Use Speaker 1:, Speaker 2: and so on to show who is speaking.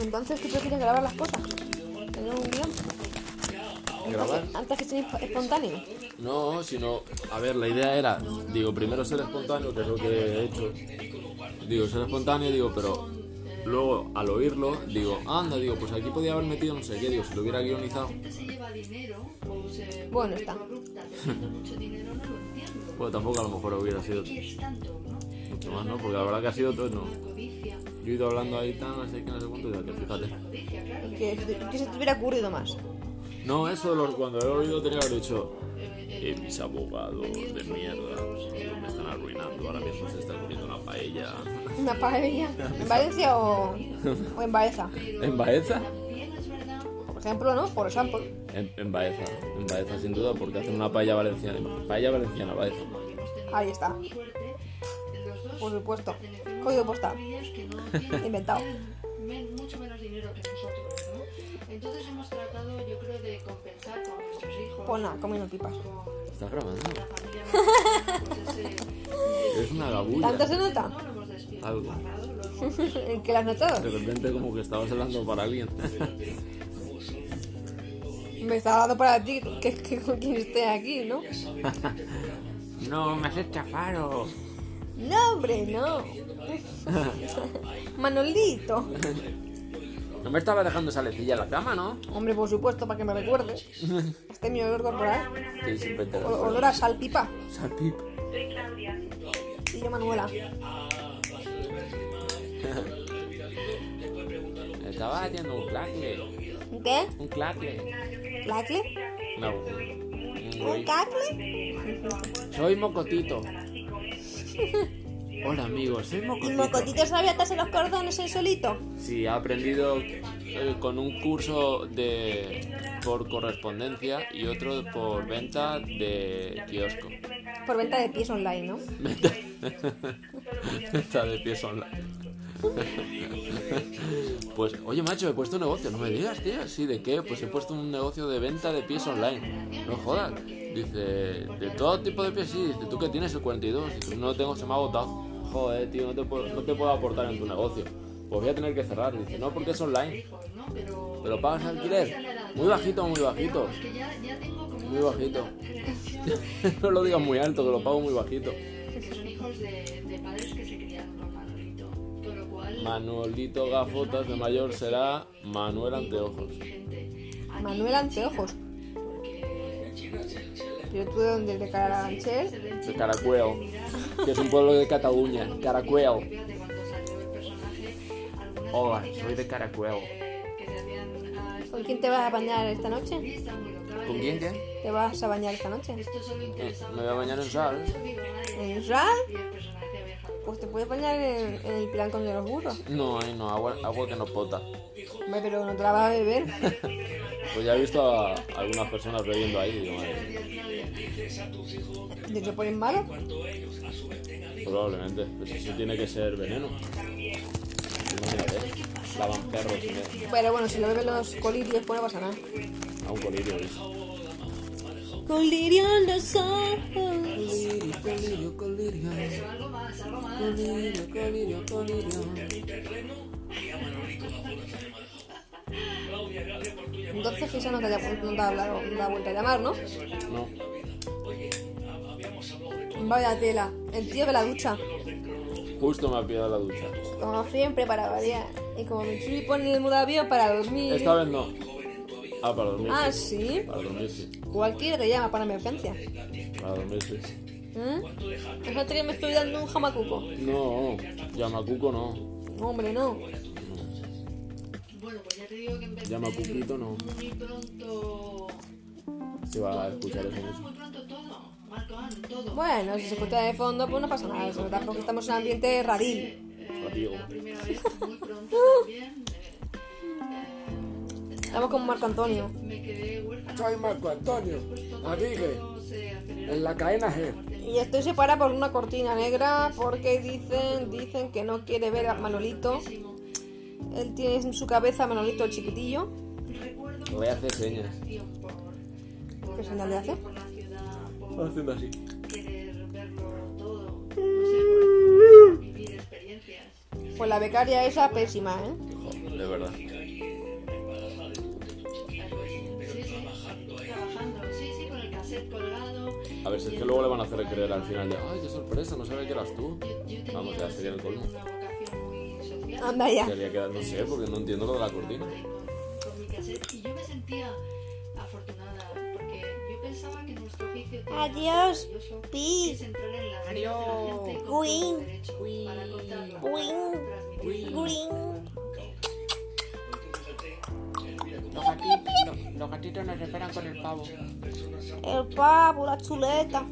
Speaker 1: Entonces, ¿qué prefieres grabar las cosas? ¿Tener un guión?
Speaker 2: ¿Grabar?
Speaker 1: Antes que ser espontáneo.
Speaker 2: No, sino, a ver, la idea era, digo, primero ser espontáneo, que es lo que he hecho. Digo, ser espontáneo, digo, pero luego al oírlo, digo, anda, digo, pues aquí podía haber metido no sé qué, digo, si lo hubiera guionizado.
Speaker 1: Bueno, está.
Speaker 2: Bueno, tampoco a lo mejor hubiera sido mucho más, ¿no? Porque la verdad que ha sido todo, no. Yo he ido hablando ahí tan, así que no sé cuánto, y tal, que fíjate.
Speaker 1: Y Que, que se te hubiera ocurrido más.
Speaker 2: No, eso lo- cuando lo he oído tenía que haber dicho. "Eh, mis abogados de mierda digo, me están arruinando, ahora mismo se está comiendo una paella.
Speaker 1: ¿Una paella? ¿En Valencia o, o en Baeza?
Speaker 2: ¿En Baeza?
Speaker 1: Por ejemplo, ¿no? Por ejemplo.
Speaker 2: En, en Baeza, en Baeza sin duda, porque hacen una paella valenciana. Paella valenciana, Baeza.
Speaker 1: Ahí está. Por supuesto. Código postal. Inventado.
Speaker 3: men- mucho menos dinero que nosotros, ¿no? Entonces hemos tratado, yo creo, de compensar con nuestros hijos,
Speaker 1: Pues nada, comiendo pipas.
Speaker 2: ¿Estás grabando?
Speaker 3: la familia más pues ese
Speaker 2: Es una gabulla.
Speaker 1: ¿Tanto se nota?
Speaker 3: no lo hemos despedido.
Speaker 2: Algo.
Speaker 1: ¿En que lo has notado?
Speaker 2: De repente como que estabas hablando para alguien.
Speaker 1: Me está hablando para ti que, que con quien esté aquí, ¿no?
Speaker 2: no, me has estafado.
Speaker 1: No, hombre, no. Manolito.
Speaker 2: No me estaba dejando salecilla en la cama, ¿no?
Speaker 1: Hombre, por supuesto, para que me recuerde. Este es mi olor corporal.
Speaker 2: Sí, siempre te
Speaker 1: O- Olor a salpipa.
Speaker 2: Salpip.
Speaker 1: Y yo Manuela.
Speaker 2: Estaba haciendo un claque.
Speaker 1: ¿Qué?
Speaker 2: Un claque.
Speaker 1: ¿Lacle?
Speaker 2: No. Un
Speaker 1: ¿Un
Speaker 2: güey.
Speaker 1: cacle?
Speaker 2: Soy mocotito. Hola amigos, soy
Speaker 1: ¿Y
Speaker 2: mocotito.
Speaker 1: mocotito sabe atarse los cordones el solito?
Speaker 2: Sí, ha aprendido eh, con un curso de por correspondencia y otro por venta de kiosco.
Speaker 1: Por venta de pies online, ¿no?
Speaker 2: Venta, venta de pies online. Pues, oye macho, he puesto un negocio, no me digas, tío. Sí, ¿de qué? Pues he puesto un negocio de venta de pies online. No jodas. Dice, de todo tipo de pies, sí. Dice, ¿tú qué tienes? El 42. Dice, no lo tengo, se me ha agotado. Joder, tío, no te, puedo, no te puedo aportar en tu negocio. Pues voy a tener que cerrar. Dice, no, porque es online. ¿Pero pagas alquiler? Muy bajito, muy bajito. Muy bajito. no lo digas muy alto, que lo pago muy bajito.
Speaker 3: que son hijos de, de padres que se criaron con Manolito. Con lo cual,
Speaker 2: Manuelito Gafotas de mayor será Manuel Anteojos.
Speaker 1: Manuel Anteojos. Pero tú de dónde? ¿De Carabanchel?
Speaker 2: De Caracueo, que es un pueblo de Cataluña. Caracueo.
Speaker 3: fíjate cuando salió el personaje, algunas
Speaker 2: Hola, soy de Caracueo.
Speaker 3: que se habían... ah, esto
Speaker 1: ¿Con quién te vas a bañar esta noche?
Speaker 3: está muy loca.
Speaker 2: ¿Con quién qué?
Speaker 1: ¿Te vas a bañar esta noche?
Speaker 3: Esto solo
Speaker 2: Eh,
Speaker 3: interesaba
Speaker 2: me voy a bañar en sal.
Speaker 3: amigo, nadie.
Speaker 1: ¿En Ral?
Speaker 3: Y el personaje había dejado.
Speaker 1: Pues te puedes bañar en, en el plancón de los burros.
Speaker 2: No, ay, no, agua, agua que no pota.
Speaker 1: Hombre, pero no te la vas a beber.
Speaker 2: Pues ya he visto a algunas personas bebiendo ahí. Digo, madre mía,
Speaker 1: ¿Te lo pones pues malo?
Speaker 2: probablemente. Pues eso tiene que ser veneno. Imagínate, lavan perros y le-
Speaker 1: Pero bueno, si lo beben los colirios, pues no pasa nada.
Speaker 2: a un colirio. ¿ves?
Speaker 1: Colirio en los ojos. Entonces, quizá no te haya no te ha hablado, no te ha vuelto a llamar, ¿no?
Speaker 2: No,
Speaker 1: Vaya tela, el tío de la ducha.
Speaker 2: justo me ha pillado la ducha.
Speaker 1: Como siempre, para variar. Y como mi chulo pone el modo avión para dormir.
Speaker 2: Esta vez no. Ah, para dormir.
Speaker 1: Ah,
Speaker 2: sí.
Speaker 1: sí.
Speaker 2: Para dormir, sí.
Speaker 1: Cualquiera te llama para emergencia.
Speaker 2: Para dormir, sí.
Speaker 1: ¿Eh? Fíjate que me estoy dando un jamacuco.
Speaker 2: No, Yamacuco no.
Speaker 1: Hombre, no.
Speaker 3: Bueno, pues ya te digo que empecé
Speaker 2: Yamacuquito no.
Speaker 3: muy pronto.
Speaker 2: Se va a escuchar eso
Speaker 3: Muy pronto todo, Marcón, todo.
Speaker 1: Bueno, si se escucha de fondo, pues no pasa nada. Sobre todo porque estamos en un ambiente rarín.
Speaker 2: Contigo.
Speaker 3: La primera vez, muy pronto también. eh,
Speaker 1: Estamos con Marco Antonio.
Speaker 3: me quedé huérfano.
Speaker 4: Soy Marco Antonio Rodríguez,
Speaker 3: se aceleró.
Speaker 4: en la cadena G.
Speaker 1: Y estoy separada por una cortina negra porque dicen, dicen que no quiere ver a Manolito. Él tiene en su cabeza a Manolito el chiquitillo.
Speaker 3: Recuerdo
Speaker 2: Voy a hacer señas.
Speaker 3: tiempo por,
Speaker 1: ¿Qué
Speaker 3: por,
Speaker 1: señal le hace?
Speaker 3: por la ciudad, por
Speaker 2: Haciendo así.
Speaker 3: querer verlo todo. No sé, por vivir experiencias.
Speaker 1: Pues la becaria esa pésima, ¿eh?
Speaker 2: De verdad.
Speaker 3: set colgado.
Speaker 2: A ver, si es que luego le van a hacer creer al final de, ay, qué sorpresa, no sabía que eras tú.
Speaker 3: Yo- yo tenía
Speaker 2: Vamos, ya sería el colmo.
Speaker 3: una vocación muy social.
Speaker 5: Anda ya.
Speaker 2: Sería que, no sé, porque no entiendo lo de la cortina.
Speaker 3: con- con mi cassette y yo me sentía afortunada porque yo pensaba que nuestro oficio tenía algo
Speaker 1: Adiós,
Speaker 3: maravilloso,
Speaker 1: Pi.
Speaker 3: que es entrar en las
Speaker 5: Adiós.
Speaker 3: vidas de la gente con todo el
Speaker 1: Guin.
Speaker 3: derecho para contarlo,
Speaker 1: Guin.
Speaker 3: transmitirlo.
Speaker 1: Green.
Speaker 6: Los gatitos, los, los gatitos nos esperan con el pavo.
Speaker 1: El pavo, la chuleta.